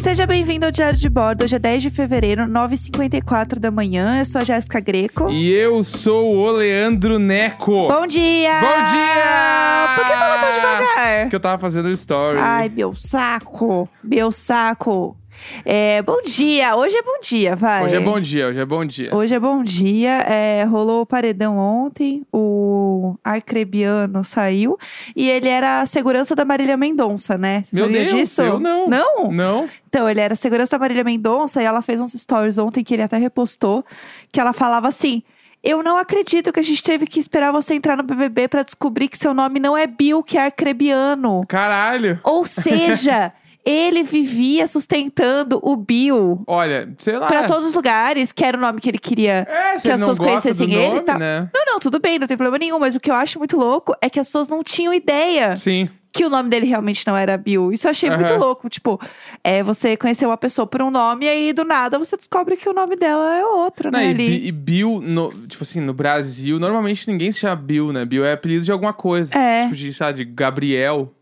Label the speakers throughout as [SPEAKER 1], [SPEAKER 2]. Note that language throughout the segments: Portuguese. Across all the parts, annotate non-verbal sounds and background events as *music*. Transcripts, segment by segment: [SPEAKER 1] Seja bem-vindo ao Diário de Bordo. Hoje é 10 de fevereiro, 9h54 da manhã. Eu sou a Jéssica Greco.
[SPEAKER 2] E eu sou o Leandro Neco.
[SPEAKER 1] Bom dia!
[SPEAKER 2] Bom dia!
[SPEAKER 1] Por que fala tão devagar?
[SPEAKER 2] Porque eu tava fazendo story.
[SPEAKER 1] Ai, meu saco, meu saco. É, bom dia, hoje é bom dia, vai.
[SPEAKER 2] Hoje é bom dia, hoje é bom dia.
[SPEAKER 1] Hoje é bom dia. É, rolou o paredão ontem, o Arcrebiano saiu e ele era a segurança da Marília Mendonça, né? Você
[SPEAKER 2] Meu
[SPEAKER 1] sabia
[SPEAKER 2] Deus,
[SPEAKER 1] disso?
[SPEAKER 2] eu não.
[SPEAKER 1] Não?
[SPEAKER 2] Não?
[SPEAKER 1] Então, ele era a segurança da Marília Mendonça e ela fez uns stories ontem que ele até repostou, que ela falava assim: Eu não acredito que a gente teve que esperar você entrar no BBB pra descobrir que seu nome não é Bill, que é Arcrebiano.
[SPEAKER 2] Caralho.
[SPEAKER 1] Ou seja, ele vivia sustentando o Bill
[SPEAKER 2] Olha, sei lá.
[SPEAKER 1] pra todos os lugares, que era o nome que ele queria.
[SPEAKER 2] é, se
[SPEAKER 1] que
[SPEAKER 2] ele
[SPEAKER 1] as
[SPEAKER 2] não
[SPEAKER 1] pessoas
[SPEAKER 2] gosta
[SPEAKER 1] conhecessem
[SPEAKER 2] do
[SPEAKER 1] ele tá e tal.
[SPEAKER 2] nome,
[SPEAKER 1] *laughs*
[SPEAKER 2] né?
[SPEAKER 1] Não, não, tudo bem, não tem problema nenhum, mas o que eu acho muito louco é que as pessoas não tinham ideia
[SPEAKER 2] Sim.
[SPEAKER 1] que o nome dele realmente não era Bill. Isso eu achei muito
[SPEAKER 2] Aham.
[SPEAKER 1] louco. Tipo, é você conhecer uma pessoa por um nome e aí do nada você descobre que o nome dela é outro,
[SPEAKER 2] Não,
[SPEAKER 1] né?
[SPEAKER 2] e,
[SPEAKER 1] ali.
[SPEAKER 2] Bi- e Bill, no- tipo assim, no Brasil, normalmente ninguém se chama Bill, né? Bill é apelido de alguma coisa.
[SPEAKER 1] É.
[SPEAKER 2] Tipo de, sabe, de Gabriel.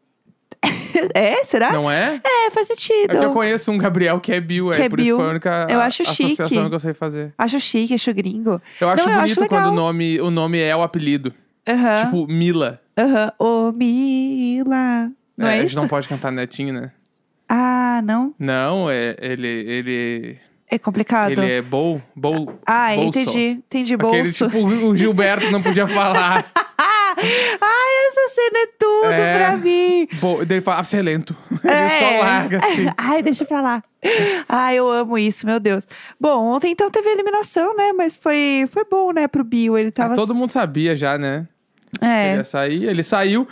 [SPEAKER 1] É, será?
[SPEAKER 2] Não é?
[SPEAKER 1] É, faz
[SPEAKER 2] É porque eu
[SPEAKER 1] sentido.
[SPEAKER 2] conheço um Gabriel que é Bill,
[SPEAKER 1] Que
[SPEAKER 2] é
[SPEAKER 1] é
[SPEAKER 2] por
[SPEAKER 1] Bill.
[SPEAKER 2] isso foi a única
[SPEAKER 1] Eu
[SPEAKER 2] a-
[SPEAKER 1] acho chique.
[SPEAKER 2] associação que eu sei fazer.
[SPEAKER 1] Acho chique, acho gringo.
[SPEAKER 2] Eu acho
[SPEAKER 1] Não, eu
[SPEAKER 2] bonito
[SPEAKER 1] acho
[SPEAKER 2] quando
[SPEAKER 1] legal.
[SPEAKER 2] o nome, o nome é o apelido.
[SPEAKER 1] Aham.
[SPEAKER 2] Tipo, Mila.
[SPEAKER 1] Aham. Ô, Mila. Não é,
[SPEAKER 2] a gente
[SPEAKER 1] isso?
[SPEAKER 2] não pode cantar netinho, né?
[SPEAKER 1] Ah, não?
[SPEAKER 2] Não, é, ele, ele,
[SPEAKER 1] É complicado.
[SPEAKER 2] ele é bol, bol,
[SPEAKER 1] Ah,
[SPEAKER 2] bolso.
[SPEAKER 1] entendi. Entendi,
[SPEAKER 2] Aquele,
[SPEAKER 1] bolso. *laughs* Ah,
[SPEAKER 2] tipo, o Gilberto não podia falar.
[SPEAKER 1] Ai, essa cena é tudo
[SPEAKER 2] É.
[SPEAKER 1] pra mim.
[SPEAKER 2] Bol, daí ele fala, ah, você é lento. Ele só larga, assim.
[SPEAKER 1] *laughs* Ai, deixa pra lá. Ai, eu amo isso, meu Deus. Bom, ontem então teve a eliminação, né? Mas foi, foi bom, né, pro Bill. Ele tava.
[SPEAKER 2] Todo mundo sabia já, né? Ele
[SPEAKER 1] É.
[SPEAKER 2] ia sair, ele saiu.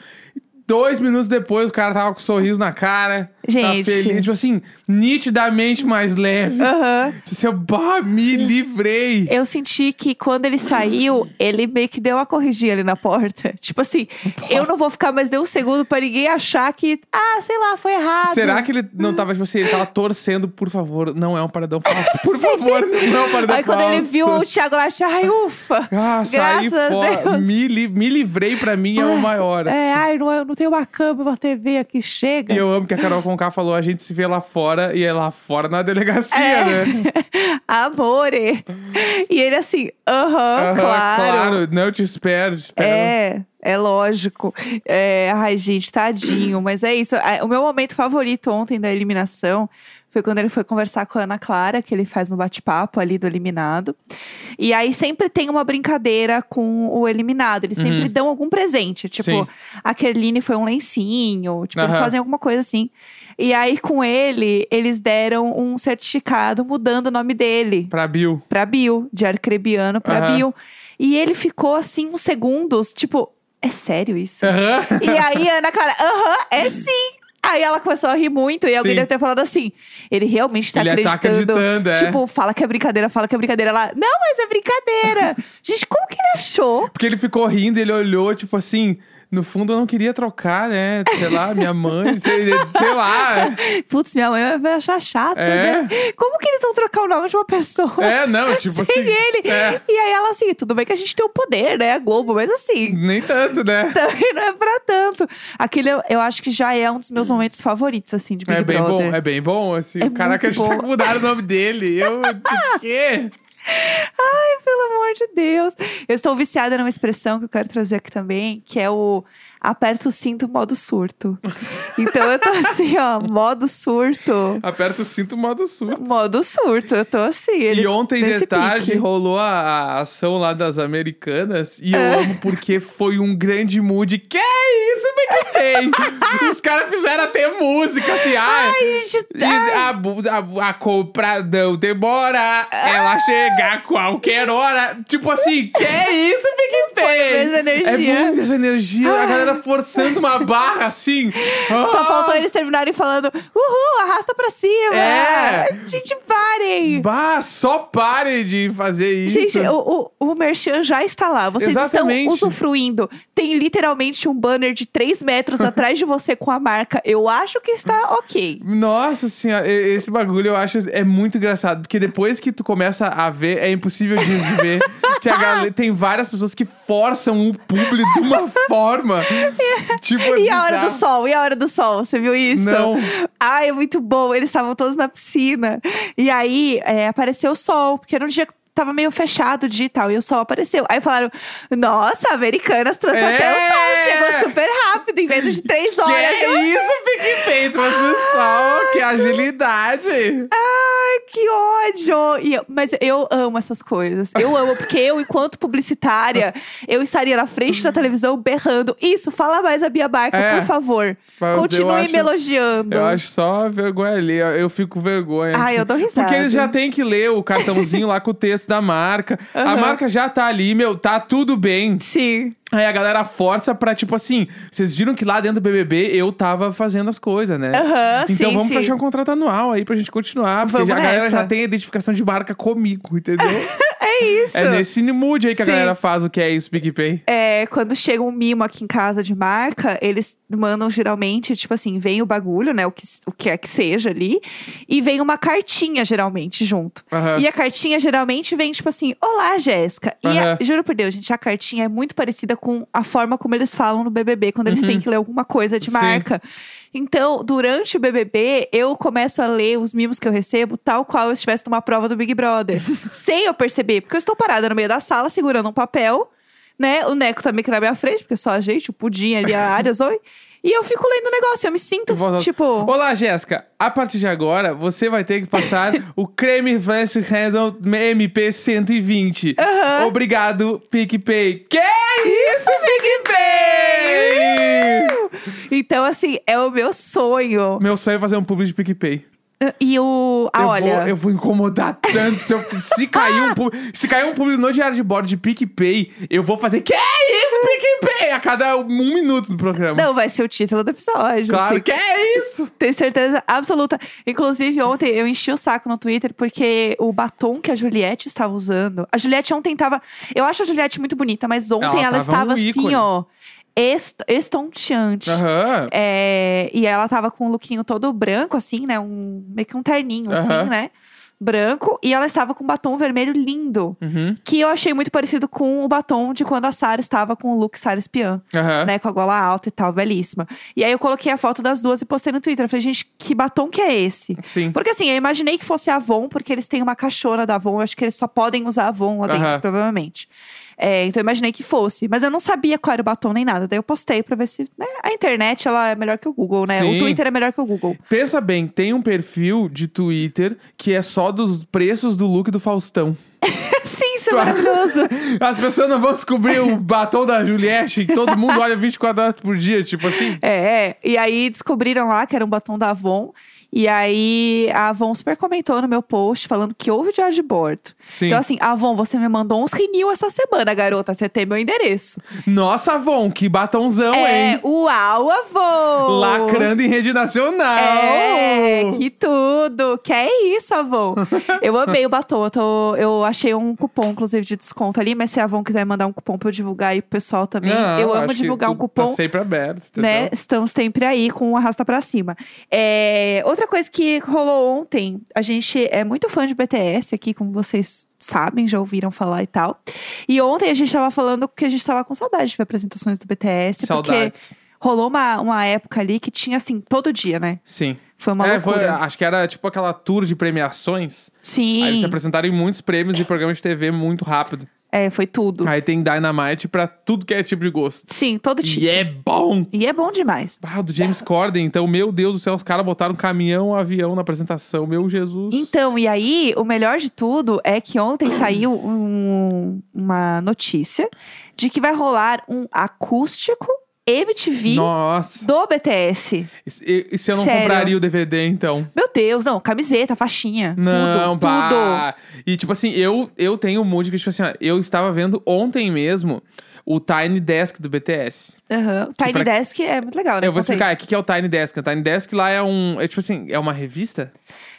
[SPEAKER 2] Dois minutos depois, o cara tava com um sorriso na cara. Tava
[SPEAKER 1] Gente.
[SPEAKER 2] feliz, tipo assim, nitidamente mais leve.
[SPEAKER 1] Aham.
[SPEAKER 2] Seu bah, me livrei.
[SPEAKER 1] Eu senti que quando ele saiu, ele meio que deu uma corrigida ali na porta. *laughs* Tipo assim, eu não vou ficar mais nem um segundo pra ninguém achar que, ah, sei lá, foi errado.
[SPEAKER 2] Será que ele não tava, tipo assim, ele tava torcendo, por favor, não é um paradão
[SPEAKER 1] *laughs*
[SPEAKER 2] falso. Por favor, não é um paradão
[SPEAKER 1] Aí
[SPEAKER 2] falso.
[SPEAKER 1] quando ele viu o Thiago lá, ai, ufa!
[SPEAKER 2] Ah, saí
[SPEAKER 1] graças a
[SPEAKER 2] fora.
[SPEAKER 1] Deus.
[SPEAKER 2] Me, li- me livrei pra mim é o maior. assim.
[SPEAKER 1] É, ai, não, não tem uma cama, uma TV aqui, chega.
[SPEAKER 2] E eu amo que a Carol Conká falou: a gente se vê lá fora e é lá fora na delegacia, né?
[SPEAKER 1] É. *laughs* Amore! E ele assim, aham,
[SPEAKER 2] Aham,
[SPEAKER 1] claro.
[SPEAKER 2] Não, eu te espero, te espero.
[SPEAKER 1] É, é lógico. É, ai, gente, tadinho. Mas é isso. Ah, O meu momento favorito ontem da eliminação foi quando ele foi conversar com a Ana Clara, que ele faz um bate-papo ali do eliminado. E aí sempre tem uma brincadeira com o eliminado. Eles sempre dão algum presente. Tipo,
[SPEAKER 2] Uhum. Sim.
[SPEAKER 1] a Kerline foi um lencinho. Tipo, eles
[SPEAKER 2] Aham.
[SPEAKER 1] fazem alguma coisa assim. E aí com ele, eles deram um certificado mudando o nome dele
[SPEAKER 2] Pra Bill.
[SPEAKER 1] pra Bill, de arcrebiano pra
[SPEAKER 2] Aham.
[SPEAKER 1] Bill. E ele ficou assim uns segundos, tipo, é sério isso?
[SPEAKER 2] Aham.
[SPEAKER 1] e aí a Ana Clara, aham, é sim. Aí ela começou a rir muito e alguém
[SPEAKER 2] Sim.
[SPEAKER 1] deve ter falado assim: ele realmente tá
[SPEAKER 2] Ele tá
[SPEAKER 1] acreditando.
[SPEAKER 2] acreditando, é.
[SPEAKER 1] Tipo, fala que é brincadeira, fala que é brincadeira. Ela, não, mas é brincadeira. Gente, como que ele achou?
[SPEAKER 2] *laughs* Porque ele ficou rindo, ele olhou, tipo assim. No fundo, eu não queria trocar, né? Sei lá, minha mãe, sei, sei lá.
[SPEAKER 1] Putz, minha mãe vai achar chato,
[SPEAKER 2] É.
[SPEAKER 1] né? Como que eles vão trocar o nome de uma pessoa?
[SPEAKER 2] É, não, tipo
[SPEAKER 1] *laughs* sem
[SPEAKER 2] assim.
[SPEAKER 1] ele.
[SPEAKER 2] é.
[SPEAKER 1] E aí ela assim, tudo bem que a gente tem o poder, né? A Globo, mas assim,
[SPEAKER 2] Nem tanto, né?
[SPEAKER 1] também não é pra tanto. Aquele eu, eu acho que já é um dos meus momentos favoritos, assim, de Big
[SPEAKER 2] Hum. É bem bom,
[SPEAKER 1] Brother.
[SPEAKER 2] é bem bom, assim.
[SPEAKER 1] É
[SPEAKER 2] o cara
[SPEAKER 1] muito
[SPEAKER 2] acreditar
[SPEAKER 1] bom.
[SPEAKER 2] que mudaram o nome
[SPEAKER 1] *laughs*
[SPEAKER 2] dele. Eu. Por quê?
[SPEAKER 1] Ai, pelo amor de Deus. Eu estou viciada numa expressão que eu quero trazer aqui também, que é o aperta o cinto modo surto. Então eu tô assim,
[SPEAKER 2] *laughs*
[SPEAKER 1] ó, modo surto.
[SPEAKER 2] Aperta o cinto modo surto.
[SPEAKER 1] Modo surto, eu tô assim. ele-
[SPEAKER 2] E ontem
[SPEAKER 1] nesse
[SPEAKER 2] de tarde
[SPEAKER 1] pique.
[SPEAKER 2] rolou a, a ação lá das americanas e
[SPEAKER 1] É.
[SPEAKER 2] eu amo porque foi um grande mood. Que é isso, bem
[SPEAKER 1] *laughs*
[SPEAKER 2] que tem? Os caras fizeram até música assim, ai.
[SPEAKER 1] Ai, gente,
[SPEAKER 2] e a, bu- a, a compra não demora, ela chega a qualquer hora. Tipo assim, que é isso, Big Bang?
[SPEAKER 1] mesma energia.
[SPEAKER 2] É muita essa energia. A galera forçando uma barra assim.
[SPEAKER 1] *laughs* Só
[SPEAKER 2] Ah,
[SPEAKER 1] faltou eles terminarem falando, uhul, arrasta pra cima.
[SPEAKER 2] É.
[SPEAKER 1] Gente, parem.
[SPEAKER 2] Bah, só pare de fazer isso.
[SPEAKER 1] Gente, o, o, o Merchan já está lá. Vocês
[SPEAKER 2] Exatamente.
[SPEAKER 1] estão usufruindo. Tem literalmente um banner de 3
[SPEAKER 2] *laughs*
[SPEAKER 1] metros atrás de você com a marca. Eu acho que está ok.
[SPEAKER 2] Nossa senhora, e- esse bagulho eu acho é muito engraçado, porque depois que tu começa a ver ver, é impossível de
[SPEAKER 1] *laughs*
[SPEAKER 2] ver. que a galera- tem várias pessoas que forçam o publi de uma
[SPEAKER 1] *laughs*
[SPEAKER 2] forma. tipo, é
[SPEAKER 1] E a hora do
[SPEAKER 2] bizarro.
[SPEAKER 1] sol, e a hora do sol, você viu isso?
[SPEAKER 2] Não.
[SPEAKER 1] Ai, é muito bom. Eles estavam todos na piscina. E aí é, apareceu o sol, porque era um dia que tava meio fechado o digital e o sol apareceu. Aí falaram: Nossa, Americanas trouxe
[SPEAKER 2] É!
[SPEAKER 1] até o sol, chegou super rápido, em menos de três
[SPEAKER 2] Que
[SPEAKER 1] horas. Eu,
[SPEAKER 2] é isso, PicPay, trouxe o sol, que agilidade.
[SPEAKER 1] Ai, que ódio! E eu- mas eu amo essas coisas. Eu amo, porque eu, enquanto publicitária, eu estaria na frente da televisão berrando. Isso, fala mais a Bia Barca,
[SPEAKER 2] É.
[SPEAKER 1] por favor.
[SPEAKER 2] Mas eu
[SPEAKER 1] Continue
[SPEAKER 2] acho-
[SPEAKER 1] me elogiando.
[SPEAKER 2] Eu acho só vergonha ali, eu fico com vergonha.
[SPEAKER 1] Ai, eu dou risada.
[SPEAKER 2] Porque eles já têm que ler o cartãozinho lá com o texto da marca. A
[SPEAKER 1] Aham.
[SPEAKER 2] marca já tá ali, meu, tá tudo bem.
[SPEAKER 1] Sim.
[SPEAKER 2] Aí a galera força pra, tipo assim, vocês viram que lá dentro do BBB eu tava fazendo as coisas, né?
[SPEAKER 1] Aham,
[SPEAKER 2] então
[SPEAKER 1] sim,
[SPEAKER 2] vamos
[SPEAKER 1] sim.
[SPEAKER 2] fechar um contrato anual aí pra gente continuar. Porque
[SPEAKER 1] Vamos
[SPEAKER 2] já- a galera
[SPEAKER 1] nessa.
[SPEAKER 2] já tem a identificação de marca comigo, entendeu?
[SPEAKER 1] É *laughs* isso.
[SPEAKER 2] é nesse mood aí que
[SPEAKER 1] Sim.
[SPEAKER 2] a galera faz o que é isso, PicPay.
[SPEAKER 1] É, quando chega um mimo aqui em casa de marca, eles mandam geralmente, tipo assim, vem o bagulho, né? O que, o que é que seja ali, e vem uma cartinha, geralmente, junto.
[SPEAKER 2] Aham.
[SPEAKER 1] E a cartinha geralmente vem, tipo assim, olá, Jéssica. E a-
[SPEAKER 2] Aham.
[SPEAKER 1] juro por Deus, gente, a cartinha é muito parecida com a forma como eles falam no BBB, quando eles têm que ler alguma coisa de
[SPEAKER 2] Uhum. Sim.
[SPEAKER 1] marca. Então, durante o BBB, eu começo a ler os mimos que eu recebo, tal qual eu estivesse numa prova do Big
[SPEAKER 2] *laughs*
[SPEAKER 1] Brother. sem eu perceber, porque eu estou parada no meio da sala, segurando um papel, né? O Neco também aqui na minha frente, porque só a gente, o Pudim ali, a área, Zoe. E eu fico lendo o negócio, eu me sinto,
[SPEAKER 2] Volta-
[SPEAKER 1] tipo...
[SPEAKER 2] Olá, Jéssica. A partir de agora, você vai ter
[SPEAKER 1] *laughs*
[SPEAKER 2] que passar o creme Vance Hanson MP120.
[SPEAKER 1] Aham.
[SPEAKER 2] Obrigado, PicPay. Que isso, PicPay!
[SPEAKER 1] Então, assim, é o meu sonho.
[SPEAKER 2] Meu sonho é fazer um público de PicPay.
[SPEAKER 1] E o... Ah,
[SPEAKER 2] eu,
[SPEAKER 1] olha...
[SPEAKER 2] vou, eu vou incomodar tanto. se, eu- se cair um
[SPEAKER 1] *laughs*
[SPEAKER 2] pub- se cair um público no diário de bordo de PicPay, eu vou fazer. Que isso, PicPay? A cada um minuto do programa.
[SPEAKER 1] Não, vai ser o título do episódio.
[SPEAKER 2] claro.
[SPEAKER 1] assim.
[SPEAKER 2] Que
[SPEAKER 1] *laughs*
[SPEAKER 2] é isso?
[SPEAKER 1] Tenho certeza absoluta. Inclusive, ontem eu enchi o saco no Twitter porque o batom que a Juliette estava usando. A Juliette ontem tava. Eu acho a Juliette muito bonita, mas ontem ela,
[SPEAKER 2] Ela tava
[SPEAKER 1] estava
[SPEAKER 2] um ícone.
[SPEAKER 1] assim, ó. Est estonteante.
[SPEAKER 2] Aham.
[SPEAKER 1] É, e ela tava com um lookinho todo branco, assim, né? Um, meio que um terninho,
[SPEAKER 2] Aham.
[SPEAKER 1] assim, né? Branco. E ela estava com um batom vermelho lindo.
[SPEAKER 2] Uhum.
[SPEAKER 1] Que eu achei muito parecido com o batom de quando a Sarah estava com o look Sarah Espiã
[SPEAKER 2] Aham.
[SPEAKER 1] né, com a gola alta e tal, belíssima. E aí eu coloquei a foto das duas e postei no Twitter. Eu falei, gente, que batom que é esse?
[SPEAKER 2] Sim.
[SPEAKER 1] Porque assim, eu imaginei que fosse a Avon, porque eles têm uma caixona da Avon. Eu acho que eles só podem usar Avon lá dentro,
[SPEAKER 2] Aham.
[SPEAKER 1] provavelmente. É, então eu imaginei que fosse. Mas eu não sabia qual era o batom nem nada. Daí eu postei pra ver se... né, a internet, ela é melhor que o Google, né?
[SPEAKER 2] Sim.
[SPEAKER 1] O Twitter é melhor que o
[SPEAKER 2] *laughs*
[SPEAKER 1] Google.
[SPEAKER 2] Pensa bem, tem um perfil de Twitter que é só dos preços do look do Faustão.
[SPEAKER 1] Sim, isso é maravilhoso!
[SPEAKER 2] As pessoas não vão descobrir
[SPEAKER 1] *laughs*
[SPEAKER 2] o batom da Juliette que todo mundo olha 24 horas por dia, tipo assim.
[SPEAKER 1] É, é. e aí descobriram lá que era um batom da Avon. E aí a Avon super comentou no meu post falando que houve o diário de bordo.
[SPEAKER 2] Sim.
[SPEAKER 1] Então assim, Avon, você me mandou uns rinil essa semana, garota. Você tem meu endereço.
[SPEAKER 2] Nossa, Von, que batomzão,
[SPEAKER 1] é,
[SPEAKER 2] hein?
[SPEAKER 1] uau, Avon!
[SPEAKER 2] Lacrando em rede nacional.
[SPEAKER 1] É, que tudo! Que é isso, Avon?
[SPEAKER 2] *laughs*
[SPEAKER 1] eu amei o batom. Eu, tô- eu achei um cupom, inclusive, de desconto ali. Mas se a Avon quiser mandar um cupom pra eu divulgar aí pro pessoal também,
[SPEAKER 2] Não,
[SPEAKER 1] eu amo
[SPEAKER 2] Ah, acho que
[SPEAKER 1] divulgar um
[SPEAKER 2] tudo
[SPEAKER 1] cupom.
[SPEAKER 2] Tá sempre aberto. entendeu?
[SPEAKER 1] né? Estamos sempre aí com o arrasta pra cima. É, outra coisa que rolou ontem, a gente é muito fã de BTS aqui, como vocês sabem, já ouviram falar e tal. E ontem a gente tava falando que a gente tava com saudade de ver apresentações do BTS, porque
[SPEAKER 2] Saudades.
[SPEAKER 1] rolou uma, uma época ali que tinha assim todo dia, né?
[SPEAKER 2] Sim.
[SPEAKER 1] Foi uma
[SPEAKER 2] é,
[SPEAKER 1] loucura.
[SPEAKER 2] foi- acho que era tipo aquela tour de premiações. Aí eles se
[SPEAKER 1] Sim,
[SPEAKER 2] apresentaram em muitos prêmios e programas de TV muito rápido.
[SPEAKER 1] é, foi tudo.
[SPEAKER 2] Aí tem Dynamite pra tudo que é tipo de gosto.
[SPEAKER 1] Sim, todo tipo.
[SPEAKER 2] E é bom!
[SPEAKER 1] E é bom demais.
[SPEAKER 2] Ah, do James Corden, então, meu Deus do céu, os caras botaram um caminhão, avião na apresentação, meu Jesus.
[SPEAKER 1] Então, e aí, o melhor de tudo é que
[SPEAKER 2] *clears throat*
[SPEAKER 1] ontem saiu um- uma notícia de que vai rolar um acústico MTV
[SPEAKER 2] Nossa,
[SPEAKER 1] do BTS.
[SPEAKER 2] e se e se eu não
[SPEAKER 1] Sério.
[SPEAKER 2] compraria o DVD, então?
[SPEAKER 1] Meu Deus, não, camiseta, faixinha,
[SPEAKER 2] Não,
[SPEAKER 1] tudo, tudo.
[SPEAKER 2] pá. E tipo assim, eu, eu tenho um mood que, tipo assim, ó, eu estava vendo ontem mesmo o Tiny Desk do BTS.
[SPEAKER 1] Aham. Tiny
[SPEAKER 2] pra-
[SPEAKER 1] Desk é muito legal, né?
[SPEAKER 2] eu vou
[SPEAKER 1] Conta aí.
[SPEAKER 2] explicar, o que que é o Tiny Desk? O Tiny Desk lá é um, é tipo assim, é uma revista?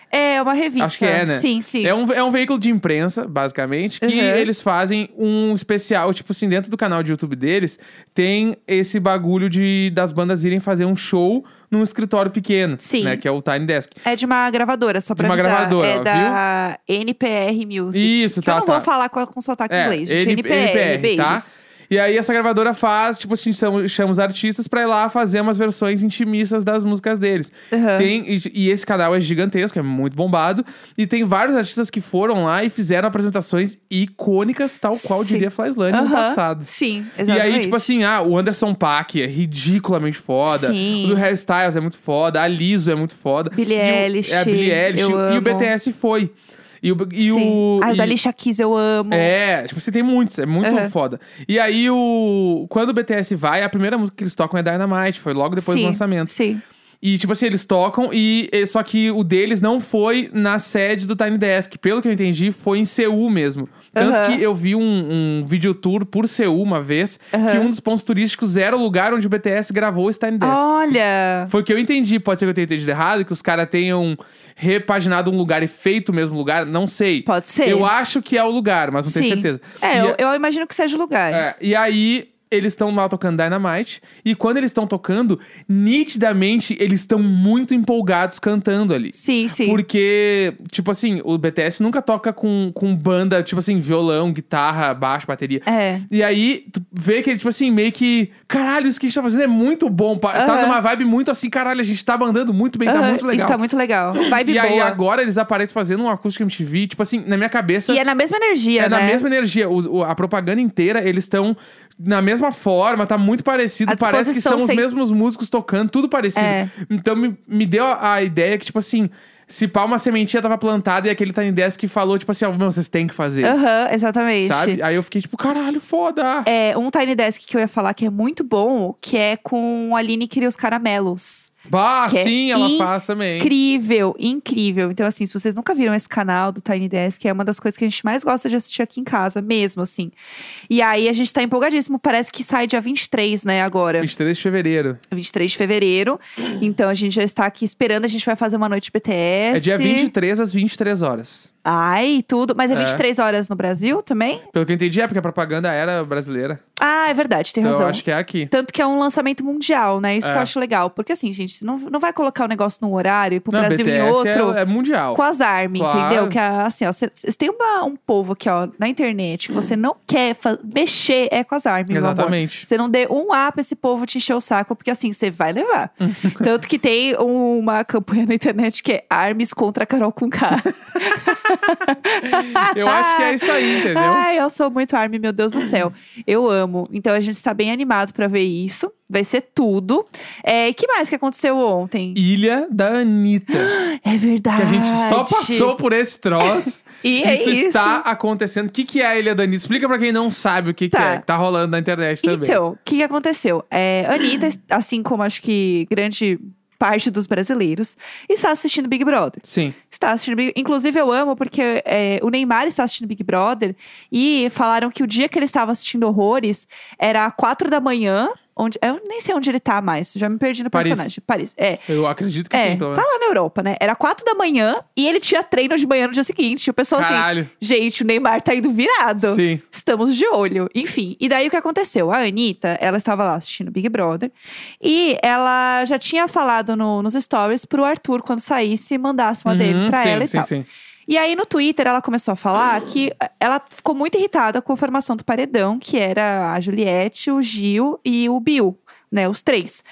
[SPEAKER 1] É uma revista.
[SPEAKER 2] Acho que é, né?
[SPEAKER 1] Sim, sim.
[SPEAKER 2] É um, é um veículo de imprensa, basicamente, que
[SPEAKER 1] Uhum.
[SPEAKER 2] eles fazem um especial. Tipo assim, dentro do canal de YouTube deles, tem esse bagulho de das bandas irem fazer um show num escritório pequeno,
[SPEAKER 1] Sim.
[SPEAKER 2] né? Que é o Tiny Desk.
[SPEAKER 1] É de uma gravadora, só pra
[SPEAKER 2] uma
[SPEAKER 1] avisar.
[SPEAKER 2] gravadora,
[SPEAKER 1] É
[SPEAKER 2] ó,
[SPEAKER 1] da NPR Music.
[SPEAKER 2] Isso,
[SPEAKER 1] que
[SPEAKER 2] tá,
[SPEAKER 1] Eu não
[SPEAKER 2] tá.
[SPEAKER 1] vou falar com, com sotaque
[SPEAKER 2] É,
[SPEAKER 1] inglês, gente.
[SPEAKER 2] N-
[SPEAKER 1] NPR,
[SPEAKER 2] tá?
[SPEAKER 1] beijos.
[SPEAKER 2] E aí essa gravadora faz, tipo assim, chama, chama os artistas pra ir lá fazer umas versões intimistas das músicas deles.
[SPEAKER 1] Aham.
[SPEAKER 2] Tem, e, e esse canal é gigantesco, é muito bombado. E tem vários artistas que foram lá e fizeram apresentações icônicas, tal qual
[SPEAKER 1] Sim.
[SPEAKER 2] diria Flyslane no
[SPEAKER 1] Aham.
[SPEAKER 2] passado.
[SPEAKER 1] Sim,
[SPEAKER 2] E
[SPEAKER 1] exatamente.
[SPEAKER 2] aí, tipo assim, ah, o Anderson Paak é ridiculamente foda.
[SPEAKER 1] Sim.
[SPEAKER 2] O do Harry Styles é muito foda. A Liso é muito foda.
[SPEAKER 1] Billie
[SPEAKER 2] E o-
[SPEAKER 1] Eilish,
[SPEAKER 2] É, a Billie Eilish.
[SPEAKER 1] eu
[SPEAKER 2] e o
[SPEAKER 1] amo.
[SPEAKER 2] BTS foi. E o... E
[SPEAKER 1] Sim.
[SPEAKER 2] o
[SPEAKER 1] Ah, o
[SPEAKER 2] e-
[SPEAKER 1] da Lixa Keys eu amo.
[SPEAKER 2] é, tipo, você tem muitos, é muito
[SPEAKER 1] Aham.
[SPEAKER 2] foda. E aí, o quando o BTS vai, a primeira música que eles tocam é Dynamite, foi logo depois
[SPEAKER 1] sim,
[SPEAKER 2] do lançamento.
[SPEAKER 1] Sim.
[SPEAKER 2] E, tipo assim, eles tocam, e e- só que o deles não foi na sede do Tiny Desk. Pelo que eu entendi, foi em Seul mesmo. Tanto
[SPEAKER 1] Aham.
[SPEAKER 2] que eu vi um, um videotour por Seul uma vez, que
[SPEAKER 1] Aham.
[SPEAKER 2] um dos pontos turísticos era o lugar onde o BTS gravou esse Tiny Desk.
[SPEAKER 1] Olha!
[SPEAKER 2] Foi o que eu entendi, pode ser que eu tenha entendido errado, que os caras tenham repaginado um lugar e feito o mesmo lugar, não sei.
[SPEAKER 1] Pode ser.
[SPEAKER 2] Eu acho que é o lugar, mas não
[SPEAKER 1] sim.
[SPEAKER 2] tenho certeza.
[SPEAKER 1] É,
[SPEAKER 2] E-
[SPEAKER 1] eu, eu imagino que seja o lugar.
[SPEAKER 2] é, e aí, eles estão lá tocando Dynamite. E quando eles estão tocando, nitidamente, eles estão muito empolgados cantando ali.
[SPEAKER 1] Sim, sim.
[SPEAKER 2] Porque, tipo assim, o BTS nunca toca com, com banda, tipo assim, violão, guitarra, baixo, bateria.
[SPEAKER 1] É.
[SPEAKER 2] E aí, tu vê que ele, tipo assim, meio que. Caralho, isso que a gente tá fazendo é muito bom. pa- Tá
[SPEAKER 1] Aham.
[SPEAKER 2] numa vibe muito assim, caralho, a gente tá mandando muito bem, tá
[SPEAKER 1] Aham,
[SPEAKER 2] muito legal.
[SPEAKER 1] Isso tá muito legal. Vibe
[SPEAKER 2] e
[SPEAKER 1] boa.
[SPEAKER 2] aí, agora eles aparecem fazendo um acústico MTV, tipo assim, na minha cabeça.
[SPEAKER 1] E é na mesma energia,
[SPEAKER 2] É
[SPEAKER 1] né?
[SPEAKER 2] na mesma energia. Os- o- a propaganda inteira, eles estão na mesma forma, tá muito parecido.
[SPEAKER 1] A
[SPEAKER 2] Parece que são
[SPEAKER 1] disposição
[SPEAKER 2] os
[SPEAKER 1] sem-
[SPEAKER 2] mesmos músicos tocando, tudo parecido.
[SPEAKER 1] É.
[SPEAKER 2] Então me, me deu a, a ideia que, tipo assim, se pá uma sementinha tava plantada e aquele Tiny Desk que falou, tipo assim, ó, meu, vocês têm que fazer isso.
[SPEAKER 1] Aham, é exatamente.
[SPEAKER 2] Sabe? Aí eu fiquei tipo, caralho, foda!
[SPEAKER 1] É, um Tiny Desk que eu ia falar que é muito bom, que é com a Aline Cria os Caramelos.
[SPEAKER 2] Bah,
[SPEAKER 1] que é
[SPEAKER 2] sim, ela faz também.
[SPEAKER 1] Incrível, incrível. Então, assim, se vocês nunca viram esse canal do Tiny Desk, é uma das coisas que a gente mais gosta de assistir aqui em casa, mesmo, assim. E aí a gente tá empolgadíssimo. Parece que sai dia 23, né, agora.
[SPEAKER 2] 23 de fevereiro.
[SPEAKER 1] 23 de fevereiro. Então a gente já está aqui esperando. A gente vai fazer uma noite BTS.
[SPEAKER 2] É dia 23 às 23 horas.
[SPEAKER 1] Ai, tudo. Mas é
[SPEAKER 2] É.
[SPEAKER 1] 23 horas no Brasil também?
[SPEAKER 2] Pelo que eu entendi, é porque a propaganda era brasileira.
[SPEAKER 1] Ah, é verdade, tem
[SPEAKER 2] então
[SPEAKER 1] razão.
[SPEAKER 2] eu acho que é aqui.
[SPEAKER 1] Tanto que é um lançamento mundial, né? Isso que
[SPEAKER 2] É.
[SPEAKER 1] eu acho legal. Porque assim, gente, não, não vai colocar o negócio num horário e pro
[SPEAKER 2] Não,
[SPEAKER 1] Brasil
[SPEAKER 2] BTS
[SPEAKER 1] em outro.
[SPEAKER 2] é, é mundial.
[SPEAKER 1] Com as armas,
[SPEAKER 2] Claro.
[SPEAKER 1] entendeu? Que é assim, ó, cê- cê- tem uma- um povo aqui, ó, na internet, que você não quer fa- mexer, é com as armas, meu amor.
[SPEAKER 2] Exatamente.
[SPEAKER 1] Você não dê um A pra esse povo te encher o saco, porque assim, você vai
[SPEAKER 2] *laughs*
[SPEAKER 1] levar. Tanto que tem uma campanha na internet que é Armes contra Carol com K.
[SPEAKER 2] *laughs* Eu acho que é isso aí,
[SPEAKER 1] *laughs*
[SPEAKER 2] entendeu?
[SPEAKER 1] Ai, eu sou muito Arme, meu Deus do céu. Eu amo. Então a gente está bem animado pra ver isso. Vai ser tudo. É, e que mais que aconteceu ontem?
[SPEAKER 2] Ilha da Anitta.
[SPEAKER 1] É verdade.
[SPEAKER 2] Que a gente só passou por esse troço.
[SPEAKER 1] *laughs* E é isso.
[SPEAKER 2] está acontecendo. O que, que é a Ilha da Anitta? Explica pra quem não sabe o que, que
[SPEAKER 1] Tá.
[SPEAKER 2] é, que tá rolando na internet também. Hum.
[SPEAKER 1] Então, o que que aconteceu? É, Anitta, assim como acho que grande parte dos brasileiros, está assistindo Big Brother.
[SPEAKER 2] Sim.
[SPEAKER 1] Está assistindo Big... Inclusive, eu amo porque é, o Neymar está assistindo Big Brother e falaram que o dia que ele estava assistindo Horrores era quatro da manhã. Onde... Eu nem sei onde ele tá mais, já me perdi no
[SPEAKER 2] Paris.
[SPEAKER 1] personagem. Paris, é.
[SPEAKER 2] Eu acredito que
[SPEAKER 1] É,
[SPEAKER 2] sim, pelo menos.
[SPEAKER 1] tá lá na Europa, né? Era quatro da manhã e ele tinha treino de manhã no dia seguinte. O pessoal assim,
[SPEAKER 2] Caralho.
[SPEAKER 1] gente, o Neymar tá indo virado.
[SPEAKER 2] Sim.
[SPEAKER 1] Estamos de olho. Enfim, e daí o que aconteceu? A Anitta, ela estava lá assistindo Big Brother e ela já tinha falado no- nos stories pro Arthur, quando saísse, mandasse uma DM
[SPEAKER 2] Uhum,
[SPEAKER 1] pra
[SPEAKER 2] sim,
[SPEAKER 1] ela e
[SPEAKER 2] sim,
[SPEAKER 1] tal.
[SPEAKER 2] sim.
[SPEAKER 1] E aí no Twitter ela começou a falar que eh, ela ficou muito irritada com a formação do paredão, que era a Juliette, o Gil e o Bill. Né, os três.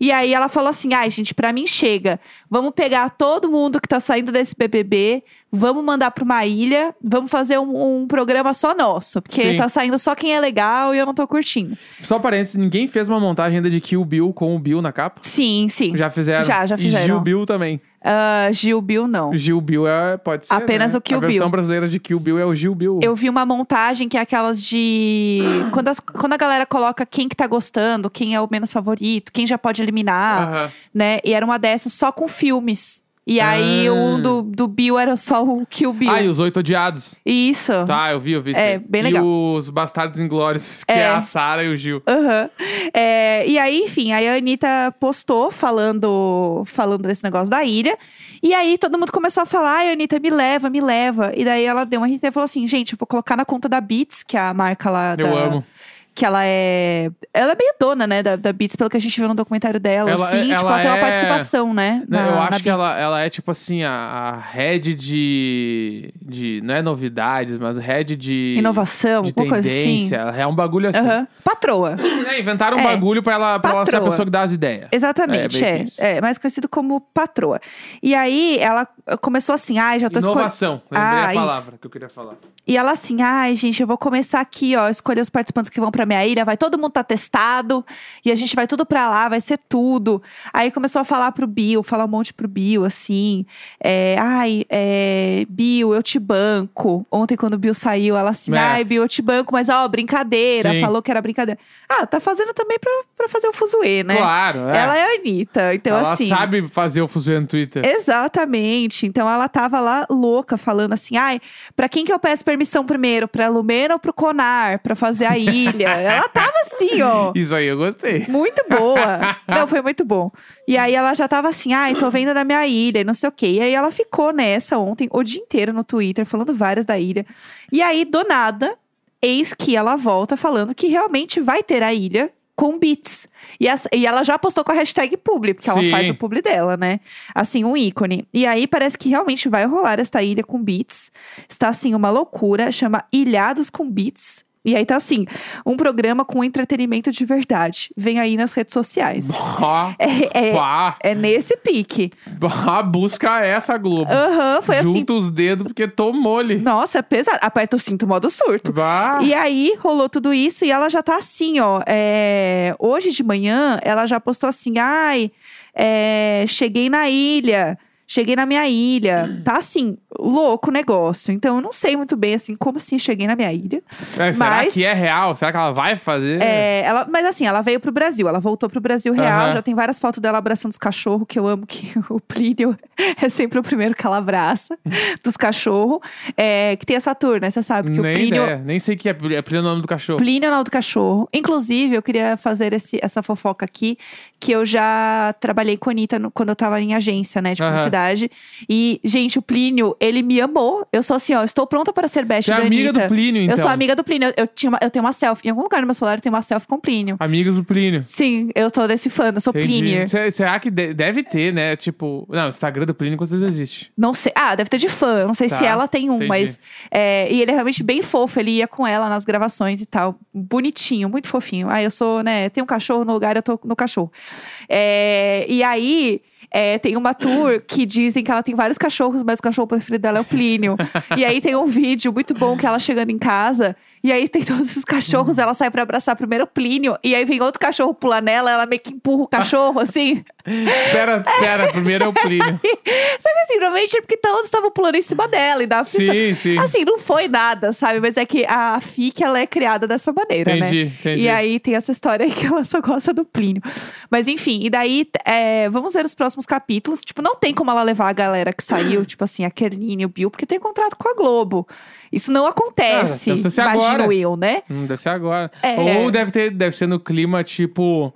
[SPEAKER 1] E aí ela falou assim: ai, gente, pra mim chega. Vamos pegar todo mundo que tá saindo desse BBB, vamos mandar pra uma ilha, vamos fazer um, um programa só nosso, porque
[SPEAKER 2] Sim.
[SPEAKER 1] tá saindo só quem é legal e eu não tô curtindo.
[SPEAKER 2] Só parênteses, ninguém fez uma montagem ainda de Kill Bill com o Bill na capa?
[SPEAKER 1] Sim, sim.
[SPEAKER 2] Já fizeram?
[SPEAKER 1] Já, já
[SPEAKER 2] E
[SPEAKER 1] fizeram.
[SPEAKER 2] Gil Bill também.
[SPEAKER 1] Ah, Gil Bill, não.
[SPEAKER 2] Gil Bill é, pode ser,
[SPEAKER 1] Apenas
[SPEAKER 2] né?
[SPEAKER 1] o Kill
[SPEAKER 2] A versão
[SPEAKER 1] Bill.
[SPEAKER 2] brasileira de Kill Bill é o Gil Bill.
[SPEAKER 1] Eu vi uma montagem que é aquelas de.
[SPEAKER 2] *gasps*
[SPEAKER 1] Quando, as- quando a galera coloca quem que tá gostando, quem é o menos favorito, quem já pode eliminar,
[SPEAKER 2] Aham.
[SPEAKER 1] né? E era uma dessas só com filmes. E aí
[SPEAKER 2] Ah. Ah.
[SPEAKER 1] o do, do Bill era só o Kill Bill.
[SPEAKER 2] Ah, e os Oito Odiados.
[SPEAKER 1] Isso.
[SPEAKER 2] Tá, eu vi, eu vi.
[SPEAKER 1] É,
[SPEAKER 2] sim.
[SPEAKER 1] bem
[SPEAKER 2] e
[SPEAKER 1] legal.
[SPEAKER 2] os Bastardos Inglórios, *laughs* que é,
[SPEAKER 1] É.
[SPEAKER 2] a Sarah e o Gil.
[SPEAKER 1] Aham. É, e aí, enfim, aí a Anitta postou falando, falando desse negócio da ilha. E aí todo mundo começou a falar, ai, Anitta, me leva, me leva. E daí ela deu uma RT e falou assim, gente, eu vou colocar na conta da Beats, que é a marca lá
[SPEAKER 2] Eu
[SPEAKER 1] da-
[SPEAKER 2] amo.
[SPEAKER 1] Que ela é. Ela é meio dona, né, da, da Beats, pelo que a gente viu no documentário dela.
[SPEAKER 2] Ela
[SPEAKER 1] assim,
[SPEAKER 2] é-
[SPEAKER 1] tipo, ela
[SPEAKER 2] ela
[SPEAKER 1] tem uma
[SPEAKER 2] é-
[SPEAKER 1] participação, né?
[SPEAKER 2] Né,
[SPEAKER 1] na-
[SPEAKER 2] eu
[SPEAKER 1] na
[SPEAKER 2] acho que ela,
[SPEAKER 1] Beats.
[SPEAKER 2] ela é tipo assim, a, a head de, de. Não é novidades, mas head de.
[SPEAKER 1] Inovação,
[SPEAKER 2] de
[SPEAKER 1] alguma coisa assim.
[SPEAKER 2] tendência. É um bagulho assim.
[SPEAKER 1] Aham. Patroa.
[SPEAKER 2] É, inventaram um
[SPEAKER 1] É.
[SPEAKER 2] bagulho pra ela, pra ela ser a
[SPEAKER 1] Patroa.
[SPEAKER 2] pessoa que dá as ideias.
[SPEAKER 1] Exatamente,
[SPEAKER 2] É, bem
[SPEAKER 1] é.
[SPEAKER 2] isso.
[SPEAKER 1] É, mais conhecido como patroa. E aí ela começou assim, ai, já tô escolhendo.
[SPEAKER 2] Inovação,
[SPEAKER 1] Ah,
[SPEAKER 2] lembrei a
[SPEAKER 1] isso.
[SPEAKER 2] palavra que eu queria falar.
[SPEAKER 1] E ela assim, ai, gente, eu vou começar aqui, ó, escolher os participantes que vão pra minha ilha, vai todo mundo tá testado, e a gente vai tudo pra lá, vai ser tudo. Aí começou a falar pro Bill, falar um monte pro Bill, assim, é, ai, é, Bill, eu te banco. Ontem, quando o Bill saiu, ela assim,
[SPEAKER 2] É.
[SPEAKER 1] ai, Bill, eu te banco, mas ó, brincadeira,
[SPEAKER 2] Sim.
[SPEAKER 1] falou que era brincadeira. Ah, tá fazendo também pra, pra fazer o fuzuê, né?
[SPEAKER 2] Claro, é.
[SPEAKER 1] Ela é a Anitta, então
[SPEAKER 2] Ela
[SPEAKER 1] assim.
[SPEAKER 2] sabe fazer o fuzuê no Twitter.
[SPEAKER 1] Exatamente. Então ela tava lá louca, falando assim: ai, pra quem que eu peço permissão primeiro? Pra Lumena ou pro Conar? Pra fazer a ilha? ela tava assim, ó.
[SPEAKER 2] Isso aí eu gostei.
[SPEAKER 1] Muito boa. Não, foi muito bom. E aí ela já tava assim, ai, tô vendo da minha ilha e não sei o quê. E aí ela ficou nessa ontem, o dia inteiro no Twitter, falando várias da ilha. E aí, do nada, eis que ela volta falando que realmente vai ter a ilha com beats. E, as- e ela já postou com a hashtag publi, porque
[SPEAKER 2] Sim.
[SPEAKER 1] ela faz o publi dela, né? Assim, um ícone. E aí parece que realmente vai rolar esta ilha com beats. Está assim, uma loucura, chama Ilhados com Beats. E aí tá assim, um programa com entretenimento de verdade. Vem aí nas redes sociais.
[SPEAKER 2] Ó,
[SPEAKER 1] É, é,
[SPEAKER 2] pá, *laughs*
[SPEAKER 1] é nesse pique.
[SPEAKER 2] pá, busca essa, Globo.
[SPEAKER 1] Aham, foi assim.
[SPEAKER 2] Junta os dedos, porque tomou-lhe.
[SPEAKER 1] Nossa, é pesado. Aperta o cinto, modo surto.
[SPEAKER 2] Bah.
[SPEAKER 1] E aí rolou tudo isso e ela já tá assim, ó. é, Hoje de manhã ela já postou assim, ai, é, cheguei na ilha, cheguei na minha ilha. Tá assim, louco o negócio. Então eu não sei muito bem assim, como assim cheguei na minha ilha.
[SPEAKER 2] É, será
[SPEAKER 1] mas-
[SPEAKER 2] que é real? Será que ela vai fazer?
[SPEAKER 1] É, ela, mas assim, ela veio pro Brasil, ela voltou pro Brasil real.
[SPEAKER 2] Aham.
[SPEAKER 1] Já tem várias fotos dela abraçando os cachorros, que eu amo que *laughs* o Plínio é sempre o primeiro que ela
[SPEAKER 2] *laughs*
[SPEAKER 1] abraça dos cachorros. É, que tem essa turma, né? Você sabe que
[SPEAKER 2] Nem
[SPEAKER 1] o Plínio
[SPEAKER 2] ideia. Nem sei o que é. É o nome do cachorro.
[SPEAKER 1] Plínio Naldo Cachorro. Inclusive, eu queria fazer esse- essa fofoca aqui, que eu já trabalhei com a Anitta no- quando eu tava em agência, né, de
[SPEAKER 2] Aham.
[SPEAKER 1] publicidade. E, gente, o Plínio, ele me amou. Eu sou assim, ó, estou pronta para ser best
[SPEAKER 2] Você é
[SPEAKER 1] da
[SPEAKER 2] amiga
[SPEAKER 1] Anitta.
[SPEAKER 2] do Plínio, então.
[SPEAKER 1] Eu sou amiga do Plínio. Eu, eu tinha uma- eu tenho uma selfie. Em algum lugar no meu celular eu tenho uma selfie com o Plínio.
[SPEAKER 2] Amigos do Plínio.
[SPEAKER 1] Sim, eu tô desse fã, eu sou
[SPEAKER 2] Entendi.
[SPEAKER 1] Plínio.
[SPEAKER 2] Se- Será que de- deve ter, né? Tipo. Não, o Instagram do Plínio com certeza existe.
[SPEAKER 1] Não sei. Ah, deve ter de fã. Eu Não sei
[SPEAKER 2] Tá,
[SPEAKER 1] se ela tem um,
[SPEAKER 2] entendi.
[SPEAKER 1] mas. é, e ele é realmente bem fofo. Ele ia com ela nas gravações e tal. Bonitinho, muito fofinho. Ah, eu sou, né? Tem um cachorro no lugar, eu tô no cachorro. É, e aí. é, tem uma tour que dizem que ela tem vários cachorros, mas o cachorro preferido dela é o
[SPEAKER 2] *laughs*
[SPEAKER 1] Plínio. e aí tem um vídeo muito bom que ela chegando em casa, e aí tem todos os
[SPEAKER 2] Hum.
[SPEAKER 1] cachorros, ela sai pra abraçar primeiro o Plínio, e aí vem outro cachorro pular nela, ela meio que empurra o cachorro, assim.
[SPEAKER 2] Espera, espera. Primeiro é
[SPEAKER 1] *laughs*
[SPEAKER 2] o Plínio.
[SPEAKER 1] Sabe assim, provavelmente é porque todos estavam pulando em cima dela e dava aflição.
[SPEAKER 2] Sim, sim.
[SPEAKER 1] Assim, não foi nada, sabe? Mas é que a FIC, ela é criada dessa maneira,
[SPEAKER 2] Entendi,
[SPEAKER 1] né?
[SPEAKER 2] entendi.
[SPEAKER 1] E aí tem essa história aí que ela só gosta do Plínio. Mas enfim, e daí é, vamos ver os próximos capítulos. Tipo, não tem como ela levar a galera que saiu, tipo assim, a Kerline e o Bill, porque tem contrato com a Globo. Isso não acontece,
[SPEAKER 2] Ah, então precisa ser
[SPEAKER 1] imagino
[SPEAKER 2] agora.
[SPEAKER 1] eu, né?
[SPEAKER 2] Hum, deve ser agora.
[SPEAKER 1] É.
[SPEAKER 2] Ou deve, ter, deve ser no clima, tipo,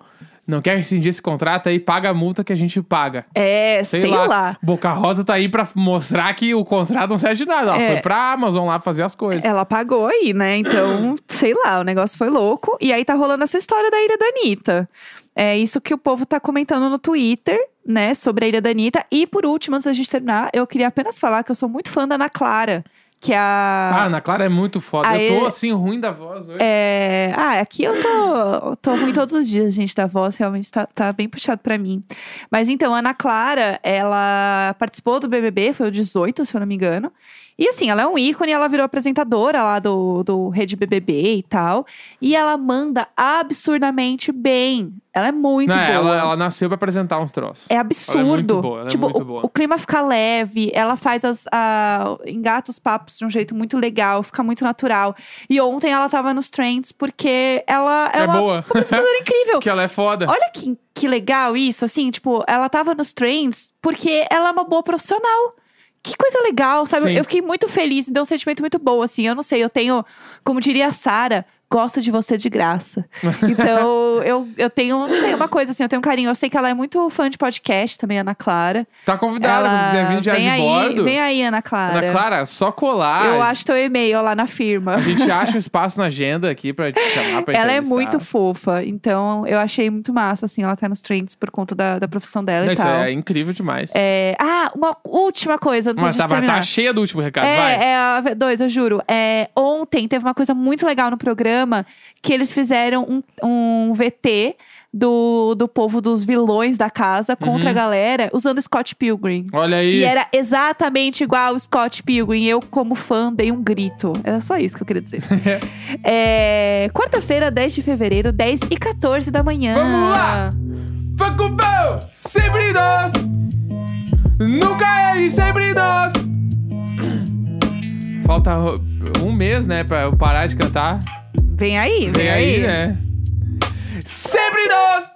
[SPEAKER 2] não quer rescindir esse contrato aí, paga a multa que a gente paga.
[SPEAKER 1] É, sei, lá.
[SPEAKER 2] Boca Rosa tá aí pra mostrar que o contrato não serve de nada. Ela
[SPEAKER 1] É.
[SPEAKER 2] foi pra Amazon lá fazer as coisas.
[SPEAKER 1] Ela pagou aí, né? Então, sei lá, o negócio foi louco. E aí tá rolando essa história da Ilha da Anitta. É isso que o povo tá comentando no Twitter, né? Sobre a Ilha da Anitta. E por último, antes da gente terminar, eu queria apenas falar que eu sou muito fã da Ana Clara. Que é
[SPEAKER 2] Ah,
[SPEAKER 1] a.
[SPEAKER 2] Ana Clara é muito foda.
[SPEAKER 1] Aí-
[SPEAKER 2] Eu tô assim, ruim da voz hoje.
[SPEAKER 1] é... ah aqui eu tô, eu tô ruim todos os dias, gente, da voz. Realmente tá, tá bem puxado pra mim. Mas então, a Ana Clara, ela participou do BBB, foi o 18, se eu não me engano. E assim, ela é um ícone, ela virou apresentadora lá do, do Rede BBB e tal. E ela manda absurdamente bem. Ela é muito
[SPEAKER 2] Não,
[SPEAKER 1] boa.
[SPEAKER 2] ela, ela nasceu pra apresentar uns troços.
[SPEAKER 1] É absurdo.
[SPEAKER 2] muito boa, ela é
[SPEAKER 1] tipo,
[SPEAKER 2] muito
[SPEAKER 1] o,
[SPEAKER 2] boa.
[SPEAKER 1] o clima fica leve, ela faz as. a- engata os papos de um jeito muito legal, fica muito natural. E ontem ela tava nos trends porque ela é,
[SPEAKER 2] É
[SPEAKER 1] uma
[SPEAKER 2] boa. *laughs*
[SPEAKER 1] apresentadora incrível.
[SPEAKER 2] Porque ela é foda.
[SPEAKER 1] Olha que, que legal isso, assim, tipo, ela tava nos trends porque ela é uma boa profissional. Que coisa legal, sabe?
[SPEAKER 2] Sim.
[SPEAKER 1] Eu fiquei muito feliz, me deu um sentimento muito bom, assim. Eu não sei, eu tenho, como diria a Sara, gosto de você de graça.
[SPEAKER 2] *laughs*
[SPEAKER 1] Então, eu, eu tenho, não sei, uma coisa assim, eu tenho um carinho. Eu sei que ela é muito fã de podcast também, Ana Clara.
[SPEAKER 2] Tá convidada,
[SPEAKER 1] ela
[SPEAKER 2] quando quiser vir de ar
[SPEAKER 1] vem
[SPEAKER 2] de
[SPEAKER 1] aí,
[SPEAKER 2] bordo.
[SPEAKER 1] Vem aí, Ana Clara.
[SPEAKER 2] Ana Clara, só colar.
[SPEAKER 1] Eu acho teu e-mail lá na firma.
[SPEAKER 2] A gente acha um espaço na agenda aqui pra te chamar
[SPEAKER 1] *laughs*
[SPEAKER 2] pra
[SPEAKER 1] Ela é
[SPEAKER 2] entrevistar.
[SPEAKER 1] muito fofa, então eu achei muito massa, assim, ela tá nos trends por conta da, da profissão dela
[SPEAKER 2] Não,
[SPEAKER 1] e
[SPEAKER 2] Isso
[SPEAKER 1] tal.
[SPEAKER 2] é incrível demais.
[SPEAKER 1] É, ah, uma última coisa antes da
[SPEAKER 2] Mas
[SPEAKER 1] gente
[SPEAKER 2] tá, mas
[SPEAKER 1] terminar.
[SPEAKER 2] tá cheia do último recado,
[SPEAKER 1] é,
[SPEAKER 2] vai.
[SPEAKER 1] é a dois, eu juro. É, ontem teve uma coisa muito legal no programa que eles fizeram um, um VT do, do povo dos vilões da casa contra a galera usando Scott Pilgrim.
[SPEAKER 2] Olha Uhum. aí.
[SPEAKER 1] E é era exatamente igual o Scott Pilgrim. Eu, como fã, dei um grito. Era só isso que eu queria
[SPEAKER 2] *laughs*
[SPEAKER 1] dizer. É, Quarta-feira, 10 de fevereiro, 10 e 14 da manhã.
[SPEAKER 2] Vamos lá! Facu pão, sempre nós. Nunca ele, sempre nós. Falta ro- um mês, né, pra eu parar de cantar.
[SPEAKER 1] Vem aí, vem,
[SPEAKER 2] Vem aí, né? Sempre nós.